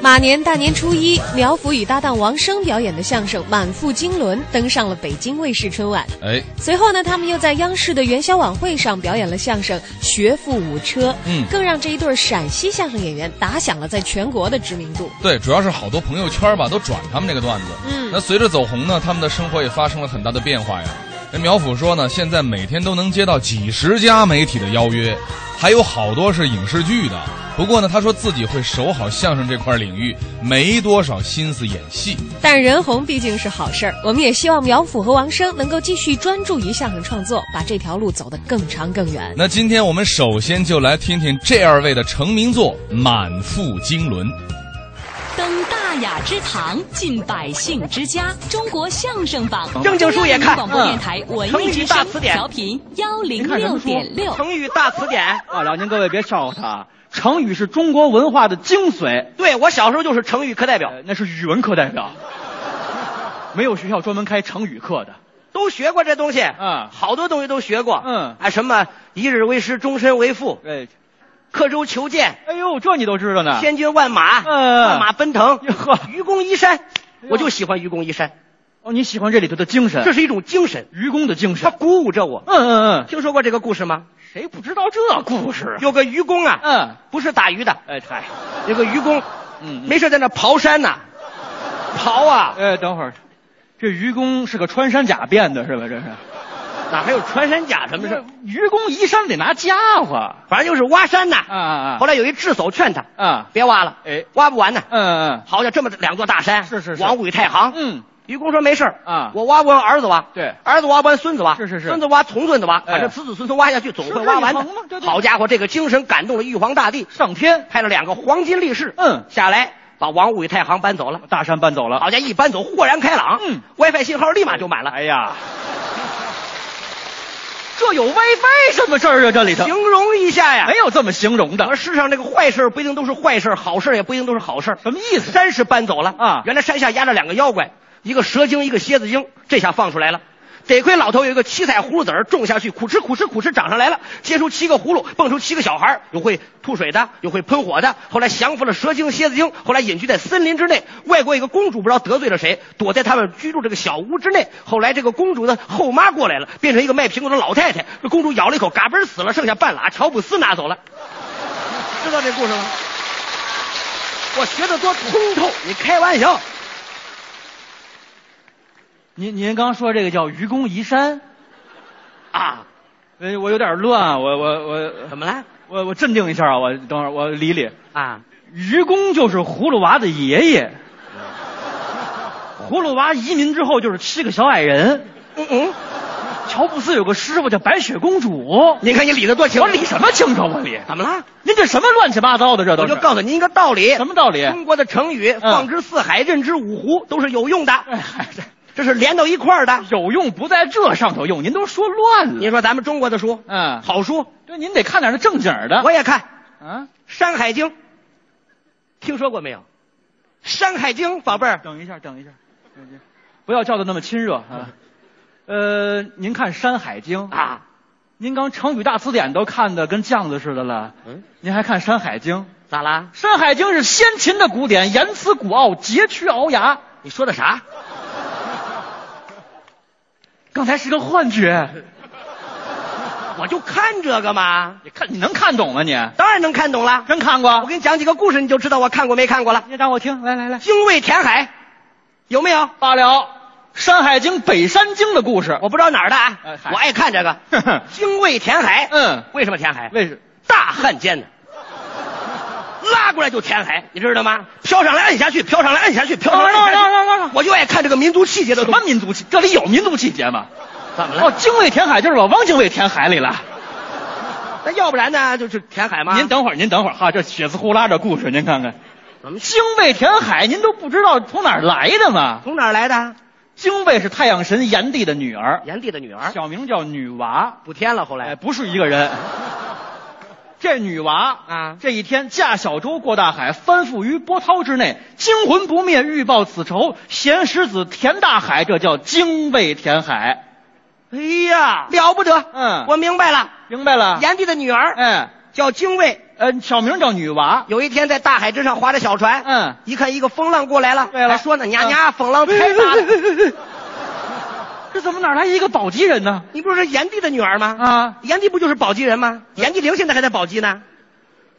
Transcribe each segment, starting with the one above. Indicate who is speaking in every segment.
Speaker 1: 马年大年初一，苗阜与搭档王声表演的相声《满腹经纶》登上了北京卫视春晚。
Speaker 2: 哎，
Speaker 1: 随后呢，他们又在央视的元宵晚会上表演了相声《学富五车》，
Speaker 2: 嗯
Speaker 1: 更让这一对陕西相声演员打响了在全国的知名度。
Speaker 2: 对，主要是好多朋友圈吧都转他们这个段子。
Speaker 1: 嗯
Speaker 2: 那随着走红呢，他们的生活也发生了很大的变化呀。那苗阜说呢，现在每天都能接到几十家媒体的邀约，还有好多是影视剧的。不过呢，他说自己会守好相声这块领域，没多少心思演戏。
Speaker 1: 但人红毕竟是好事儿，我们也希望苗阜和王声能够继续专注于相声创作，把这条路走得更长更远。
Speaker 2: 那今天我们首先就来听听这二位的成名作《满腹经纶》。
Speaker 3: 登大雅之堂，进百姓之家。中国相声榜，
Speaker 4: 正经书也看
Speaker 3: 中央人民广播电台文艺之
Speaker 4: 成语大
Speaker 3: 声
Speaker 4: 词典
Speaker 3: 调频幺零
Speaker 4: 看什
Speaker 3: 六
Speaker 4: 么书
Speaker 3: 点 六。
Speaker 4: 成语大词典。
Speaker 5: 大了，您各位别笑话他啊，成语是中国文化的精髓，
Speaker 4: 对我小时候就是成语课代表，
Speaker 5: 呃那是语文课代表，没有学校专门开成语课的。
Speaker 4: 都学过这东西。
Speaker 5: 嗯
Speaker 4: 好多东西都学过。
Speaker 5: 嗯
Speaker 4: 哎，什么一日为师，终身为父，
Speaker 5: 哎，
Speaker 4: 刻舟求剑，
Speaker 5: 哎呦，这你都知道呢？
Speaker 4: 千军万马，
Speaker 5: 嗯
Speaker 4: 万马奔腾
Speaker 5: 哟呵，
Speaker 4: 愚公移山，
Speaker 5: 呦
Speaker 4: 我就喜欢愚公移山，
Speaker 5: 哦，你喜欢这里头的精神，
Speaker 4: 这是一种精神，
Speaker 5: 愚公的精
Speaker 4: 它
Speaker 5: 神。
Speaker 4: 鼓舞着我。
Speaker 5: 嗯嗯嗯，
Speaker 4: 听说过这个故事吗？
Speaker 5: 谁不知道这故事啊？
Speaker 4: 有个愚公啊，
Speaker 5: 嗯，
Speaker 4: 不是打鱼的，
Speaker 5: 哎嗨，
Speaker 4: 有个愚公，
Speaker 5: 嗯嗯
Speaker 4: 没事在那刨山 呐，刨啊，
Speaker 5: 哎，等会儿，这愚公是个穿山甲变的，是吧？这是，
Speaker 4: 哪还有穿山甲什么事？
Speaker 5: 愚公移山得拿家伙。啊
Speaker 4: 反正就是挖山呐。
Speaker 5: 啊啊！
Speaker 4: 后来有一智叟劝他，
Speaker 5: 啊，
Speaker 4: 别挖了，
Speaker 5: 哎
Speaker 4: 挖不完呢。
Speaker 5: 嗯嗯
Speaker 4: 好家伙，这么两座大山，
Speaker 5: 是是是
Speaker 4: 王与太行。
Speaker 5: 嗯，
Speaker 4: 愚公说没事儿
Speaker 5: 啊
Speaker 4: 我挖不完儿子挖，
Speaker 5: 对
Speaker 4: 儿子挖不完孙子挖，
Speaker 5: 是是是
Speaker 4: 孙子挖重孙子挖，
Speaker 5: 哎
Speaker 4: 反正子子孙孙挖下去，总会挖完
Speaker 5: 是是以恒嘛对
Speaker 4: 的。
Speaker 5: 对
Speaker 4: 好家伙，这个精神感动了玉皇大帝，
Speaker 5: 上天
Speaker 4: 派了两个黄金力士，
Speaker 5: 嗯
Speaker 4: 下来把王五与太行搬走了。
Speaker 5: 大山搬走了。
Speaker 4: 好家伙，一搬走豁然开朗，
Speaker 5: 嗯
Speaker 4: ，WiFi 信号立马就满了。
Speaker 5: 哎呀，这有 WiFi 什么事儿啊？这里头
Speaker 4: 形容一下呀，
Speaker 5: 没有这么形容
Speaker 4: 我
Speaker 5: 的
Speaker 4: 说，世上这个坏事儿不一定都是坏事儿，好事儿也不一定都是好事儿。
Speaker 5: 什么意思？
Speaker 4: 山是搬走了
Speaker 5: 啊
Speaker 4: 原来山下压着两个妖怪，一个蛇精，一个蝎子精，这下放出来了。得亏老头有一个七彩葫芦籽儿种下去，苦吃苦吃苦吃长上来了，结出七个葫芦，蹦出七个小孩儿有会吐水的，有会喷火的。后来降服了蛇精、蝎子精，后来隐居在森林之内。外国有个公主不知道得罪了谁，躲在他们居住这个小屋之内。后来这个公主的后妈过来了，变成一个卖苹果的老太太。这公主咬了一口，嘎嘣儿死了，剩下半拉乔布斯拿走了。知道这故事吗？我学的多通透，你开玩笑。
Speaker 5: 您您刚说这个叫愚公移山，
Speaker 4: 啊，
Speaker 5: 呃，我有点乱，我我我
Speaker 4: 怎么了？
Speaker 5: 我我镇定一下啊，我等会儿我理理。
Speaker 4: 啊，
Speaker 5: 愚公就是葫芦娃的爷爷，葫芦娃移民之后就是七个小矮人。
Speaker 4: 嗯嗯，
Speaker 5: 乔布斯有个师傅叫白雪公主，
Speaker 4: 你看你理得多清楚。
Speaker 5: 我理什么清楚？啊我理，
Speaker 4: 怎么了？
Speaker 5: 您这什么乱七八糟的？这都
Speaker 4: 我
Speaker 5: 是
Speaker 4: 就告诉您一个道理，
Speaker 5: 什么道理？
Speaker 4: 中国的成语“放之四海，任之五湖”都是有用的，
Speaker 5: 哎嗨这
Speaker 4: 这是连到一块儿的。
Speaker 5: 有用不在这上头用，您都说乱了。
Speaker 4: 您说咱们中国的书，
Speaker 5: 嗯，
Speaker 4: 好书，
Speaker 5: 对，您得看点那正经儿的。
Speaker 4: 我也看《
Speaker 5: 啊，
Speaker 4: 山海经》，听说过没有？《山海经》，宝贝儿，
Speaker 5: 等一下，等一下，等一下，不要叫的那么亲热啊。呃，您看《山海经》，
Speaker 4: 啊，
Speaker 5: 您刚成语大词典都看的跟酱子似的了，
Speaker 4: 嗯，
Speaker 5: 您还看《山海经》？《
Speaker 4: 咋啦？
Speaker 5: 山海经》是先秦的古典，言辞古奥，佶屈聱牙。
Speaker 4: 你说的啥？
Speaker 5: 刚才是个幻觉，
Speaker 4: 我就看这个嘛，
Speaker 5: 你看你能看懂吗你？
Speaker 4: 当然能看懂了。
Speaker 5: 真看
Speaker 4: 我
Speaker 5: 过？
Speaker 4: 给你讲几个故事，你就知道我看过没看过了。
Speaker 5: 你让我听，来来来。
Speaker 4: 精卫填海，有没有？
Speaker 5: 罢了，《山海经》北山经的故事，
Speaker 4: 我不知道哪儿的啊，
Speaker 5: 哎嗨
Speaker 4: 我爱看这 个精卫填海。
Speaker 5: 嗯
Speaker 4: 为什么填海？
Speaker 5: 为什
Speaker 4: 大汉奸呢，拉过来就填海，你知道吗？飘上来按下去，飘上来按下去，飘上来按
Speaker 5: 让让让
Speaker 4: 下
Speaker 5: 让
Speaker 4: 去。我就爱看这个民族气节的
Speaker 5: 什
Speaker 4: 东西。
Speaker 5: 么民族气？这里有民族气节吗？
Speaker 4: 怎么
Speaker 5: 哦，
Speaker 4: 了？
Speaker 5: 精卫填海就是把汪精卫填海里了。
Speaker 4: 那要不然呢？就是填海吗？
Speaker 5: 您等会儿，您等会儿哈，这血丝呼啦这故事您看看，
Speaker 4: 怎么
Speaker 5: 精卫填海您都不知道从哪儿来的吗？
Speaker 4: 从哪儿来的？
Speaker 5: 精卫是太阳神炎帝的女儿，
Speaker 4: 炎帝的女儿
Speaker 5: 小名叫女娃，
Speaker 4: 补天了，后
Speaker 5: 哎，
Speaker 4: 来
Speaker 5: 不是一个人。 这女娃
Speaker 4: 啊
Speaker 5: 这一天驾小舟过大海，翻覆于波涛之内，惊魂不灭，欲报此仇，衔石子填大海，这叫精卫填海。哎呀，
Speaker 4: 了不得。
Speaker 5: 嗯
Speaker 4: 我明白了，嗯
Speaker 5: 明白了，
Speaker 4: 炎帝的女儿
Speaker 5: 哎
Speaker 4: 叫精卫，
Speaker 5: 呃，小名叫女娃。
Speaker 4: 有一天在大海之上划着小船，
Speaker 5: 嗯
Speaker 4: 一看一个风浪过来了，
Speaker 5: 对了
Speaker 4: 还说呢，呀
Speaker 5: 嗯
Speaker 4: 呀，风浪太大 了。
Speaker 5: 这怎么哪来一个宝鸡人呢？
Speaker 4: 你不是炎帝的女儿吗？
Speaker 5: 啊，
Speaker 4: 炎帝不就是宝鸡人吗？炎帝陵现在还在宝鸡呢，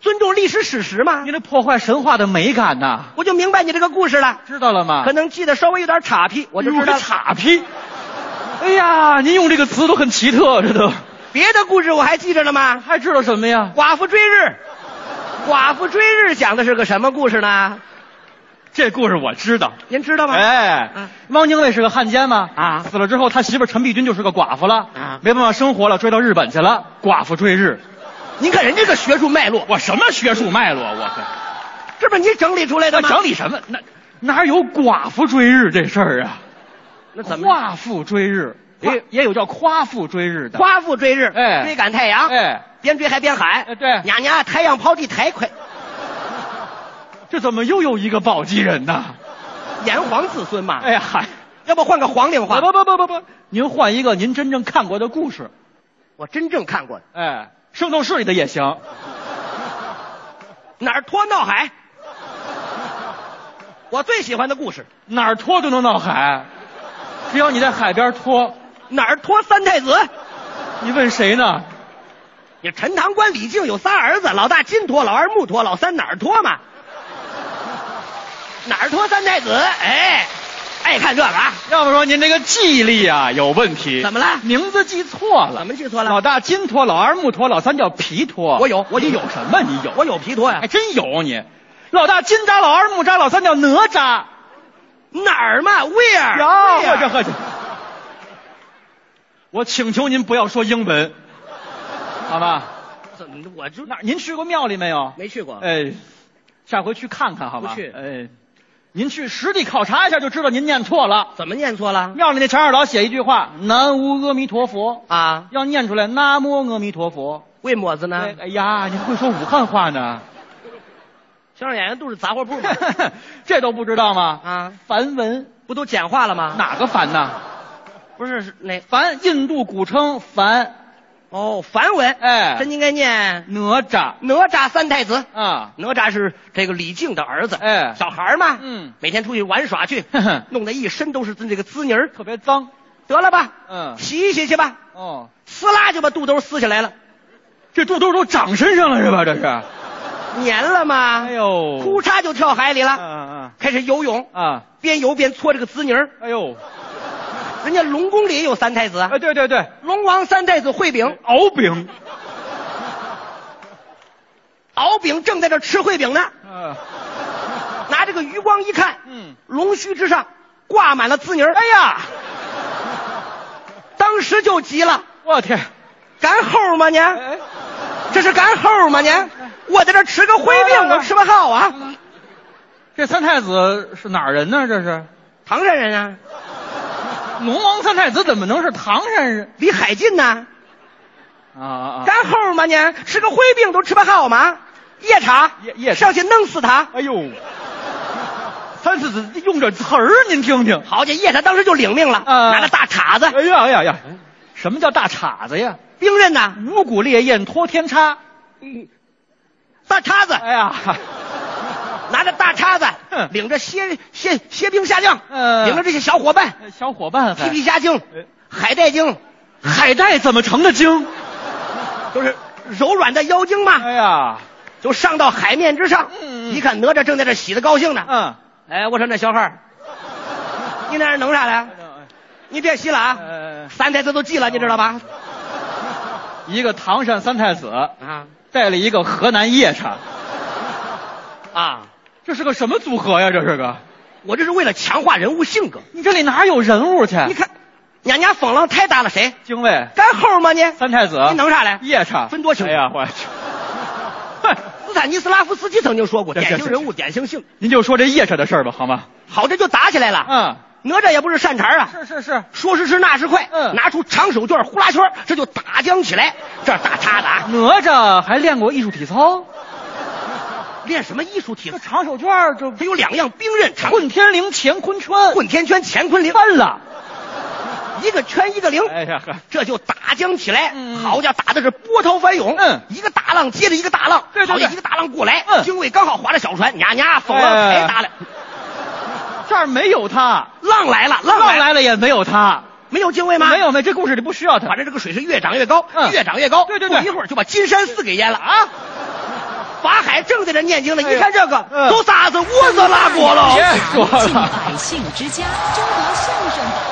Speaker 4: 尊重历史史实嘛
Speaker 5: 你。这破坏神话的美感呐，
Speaker 4: 我就明白你这个故事了，
Speaker 5: 知道了吗？
Speaker 4: 可能记得稍微有点岔劈，我就知道了。
Speaker 5: 啊岔劈。哎呀，您用这个词都很奇特，这都
Speaker 4: 别的故事 我还记着了吗？
Speaker 5: 还知道什么呀？
Speaker 4: 寡妇追日，寡妇追日讲的是个什么故事呢？
Speaker 5: 这故事我知道。
Speaker 4: 您知道吗？嗯
Speaker 5: 哎，汪精卫是个汉奸嘛，
Speaker 4: 啊
Speaker 5: 死了之后，他媳妇儿陈璧君就是个寡妇了，
Speaker 4: 啊
Speaker 5: 没办法生活了，追到日本去了，寡妇追日。
Speaker 4: 您看人家这个学术脉络，
Speaker 5: 我什么学术脉络？我靠，
Speaker 4: 这不是您整理出来的
Speaker 5: 那
Speaker 4: 吗？
Speaker 5: 整理什么？那哪有寡妇追日这事儿啊？
Speaker 4: 那怎么？
Speaker 5: 夸父追日，
Speaker 4: 夸
Speaker 5: 也也有叫夸父追日的。
Speaker 4: 夸父追日，
Speaker 5: 哎
Speaker 4: 追赶太阳，
Speaker 5: 哎，
Speaker 4: 边追还边喊，
Speaker 5: 哎对
Speaker 4: 娘娘，太阳抛地太快，
Speaker 5: 这怎么又有一个宝鸡人呢？
Speaker 4: 炎黄子孙嘛。
Speaker 5: 哎呀，嗨，
Speaker 4: 要不换个黄陵话？
Speaker 5: 哎不不不不不，您换一个您真正看过的故事，
Speaker 4: 我真正看过的，
Speaker 5: 哎，圣斗士里的也行。
Speaker 4: 哪儿拖闹海？ 我最喜欢的故事，
Speaker 5: 哪儿拖都能闹海，只要你在海边拖，
Speaker 4: 哪儿拖三太子？
Speaker 5: 你问谁呢？
Speaker 4: 你陈塘关李靖有仨儿子，老大金托，老二木托，老三哪儿托嘛？哪儿托三太子？哎，爱看这个啊！
Speaker 5: 要不说您这个记忆力啊有问题，
Speaker 4: 怎么了
Speaker 5: 名字记错了，
Speaker 4: 怎么记错了
Speaker 5: 老大金托，老二木托，老三叫皮托。
Speaker 4: 我有我有
Speaker 5: 你有什么？你有？
Speaker 4: 我有皮托呀、
Speaker 5: 还真有你。老大金吒，老二木吒，老三叫哪吒。
Speaker 4: 哪儿嘛？Where？
Speaker 5: 有，
Speaker 4: Where？
Speaker 5: 我这喝去。我请求您不要说英文，好吧？
Speaker 4: 怎么我就
Speaker 5: 哪儿？您去过庙里没有？
Speaker 4: 没去过？
Speaker 5: 哎，下回去看看好吧？
Speaker 4: 不去
Speaker 5: 哎，您去实地考察一下就知道您念错了。
Speaker 4: 怎么念错了？
Speaker 5: 庙里那常二老写一句话：“南无阿弥陀佛”，
Speaker 4: 啊，
Speaker 5: 要念出来“南无阿弥陀佛
Speaker 4: 为么子”呢
Speaker 5: 哎。？哎呀，你会说武汉话呢？
Speaker 4: 相声演员都是杂货铺嘛
Speaker 5: 哎这都不知道吗？
Speaker 4: 啊，
Speaker 5: 梵文
Speaker 4: 不都简化了吗？
Speaker 5: 哪个梵呐？
Speaker 4: 不是是那
Speaker 5: 梵，印度古称梵，
Speaker 4: 哦，梵文，
Speaker 5: 哎
Speaker 4: 真应该念
Speaker 5: 哪吒
Speaker 4: 哪吒三太子。
Speaker 5: 啊，
Speaker 4: 哪吒是这个李靖的儿子，
Speaker 5: 哎
Speaker 4: 小孩儿嘛，
Speaker 5: 嗯
Speaker 4: 每天出去玩耍去
Speaker 5: 哼哼，
Speaker 4: 弄得一身都是这个滋泥儿。
Speaker 5: 特别脏。
Speaker 4: 得了吧，
Speaker 5: 嗯
Speaker 4: 洗一洗去吧，
Speaker 5: 哦，
Speaker 4: 撕拉就把肚兜撕下来了，
Speaker 5: 这肚兜都长身上了是吧？这是？
Speaker 4: 粘了嘛，
Speaker 5: 哎呦，
Speaker 4: 哭嚓就跳海里
Speaker 5: 啊
Speaker 4: 了，
Speaker 5: 啊
Speaker 4: 开始游泳，
Speaker 5: 啊啊！
Speaker 4: 边游边搓这个滋泥儿。
Speaker 5: 哎呦，
Speaker 4: 人家龙宫里也有三太子啊，
Speaker 5: 哎对对对，
Speaker 4: 龙王三太子烩饼，
Speaker 5: 敖丙。
Speaker 4: 敖丙正在这吃烩饼呢，
Speaker 5: 啊，
Speaker 4: 拿这个余光一看，
Speaker 5: 嗯，
Speaker 4: 龙须之上挂满了滋泥儿，
Speaker 5: 哎呀，
Speaker 4: 当时就急了，
Speaker 5: 我天，
Speaker 4: 赶猴吗你？
Speaker 5: 哎，
Speaker 4: 这是赶猴吗您？我在这吃个灰饼，我吃不好啊！
Speaker 5: 这三太子是哪儿人呢？这是
Speaker 4: 唐山人啊，
Speaker 5: 龙王三太子怎么能是唐山人？
Speaker 4: 离海近呐、
Speaker 5: 啊啊啊！
Speaker 4: 赶猴吗您？吃个灰饼都吃不好吗？夜叉，
Speaker 5: 夜夜叉
Speaker 4: 上去弄死他！
Speaker 5: 哎呦，三太子用这词儿，您听听。
Speaker 4: 好家伙，夜叉当时就领命了，
Speaker 5: 啊
Speaker 4: 拿着大叉子、
Speaker 5: 哎呀哎呀呀！什么叫大叉子呀？
Speaker 4: 兵刃呐，
Speaker 5: 五谷烈焰托天叉。
Speaker 4: 大叉子，
Speaker 5: 哎呀，
Speaker 4: 拿着大叉子
Speaker 5: 哼，
Speaker 4: 领着些些些兵下将，
Speaker 5: 嗯哎
Speaker 4: 领着这些小伙伴，
Speaker 5: 呃小伙伴
Speaker 4: 皮
Speaker 5: 还
Speaker 4: 皮虾精、海带精，
Speaker 5: 海带怎么成的精？
Speaker 4: 就是柔软的妖精嘛，
Speaker 5: 哎呀，
Speaker 4: 就上到海面之上。
Speaker 5: 嗯嗯
Speaker 4: 一看哪吒正在这洗的高兴呢，
Speaker 5: 嗯，
Speaker 4: 哎，我说那小孩儿，你那儿弄啥来？你别洗了啊！
Speaker 5: 呃，
Speaker 4: 三太子都记了，你知道吧？
Speaker 5: 一个唐山三太子
Speaker 4: 啊
Speaker 5: 带了一个河南夜叉，
Speaker 4: 啊！
Speaker 5: 这是个什么组合呀？这是个。
Speaker 4: 我这是为了强化人物性格。
Speaker 5: 你这里哪有人物去？
Speaker 4: 你看，娘娘风浪太大了，谁
Speaker 5: 精卫、
Speaker 4: 干猴吗你？
Speaker 5: 三太子，
Speaker 4: 你弄啥来？
Speaker 5: 夜叉，
Speaker 4: 分多情
Speaker 5: 哎呀，我去！ 哼，
Speaker 4: 斯坦尼斯拉夫斯基曾经说过，
Speaker 5: 这这
Speaker 4: 典型
Speaker 5: 这
Speaker 4: 人物典型性。
Speaker 5: 您就说这夜叉的事儿吧，好吗？
Speaker 4: 好，这就打起来了。
Speaker 5: 嗯，
Speaker 4: 哪吒也不是善茬啊，
Speaker 5: 是是是，
Speaker 4: 说时迟，那时快，
Speaker 5: 嗯
Speaker 4: 拿出长手绢、呼啦圈，这就打将起来。这儿打叉子啊，
Speaker 5: 哪吒还练过艺术体操，
Speaker 4: 练什么艺术体
Speaker 5: 这
Speaker 4: 操？
Speaker 5: 长手绢儿这
Speaker 4: 他
Speaker 5: 嗯
Speaker 4: 有两样兵刃，长
Speaker 5: 混天绫乾坤圈，
Speaker 4: 混天圈、乾坤铃。
Speaker 5: 翻了，
Speaker 4: 一个圈一个零，
Speaker 5: 哎呀呵
Speaker 4: 这就打将起来。
Speaker 5: 嗯
Speaker 4: 好家伙，打的是波涛翻涌，
Speaker 5: 嗯
Speaker 4: 一个大浪接着一个大浪，
Speaker 5: 对对
Speaker 4: 好家伙
Speaker 5: 对
Speaker 4: 一个大浪过来，
Speaker 5: 嗯
Speaker 4: 精卫刚好划着小船，呀呀，风浪
Speaker 5: 哎
Speaker 4: 哎打来，
Speaker 5: 这儿没有他，哎
Speaker 4: 浪来了，浪
Speaker 5: 浪
Speaker 4: 来了，
Speaker 5: 来了也没有他，
Speaker 4: 没有精卫吗？
Speaker 5: 没有没有，这故事里不需要他
Speaker 4: 反。正这个水是越涨越高，
Speaker 5: 嗯
Speaker 4: 越涨越高。
Speaker 5: 对对对
Speaker 4: 不一会儿就把金山寺给淹了啊！法海正在这念经呢，
Speaker 5: 哎呀
Speaker 4: 一看这个，
Speaker 5: 嗯哎
Speaker 4: 都撒子窝子拉锅了。
Speaker 5: 别说了
Speaker 3: 进百姓之家，中国相声榜。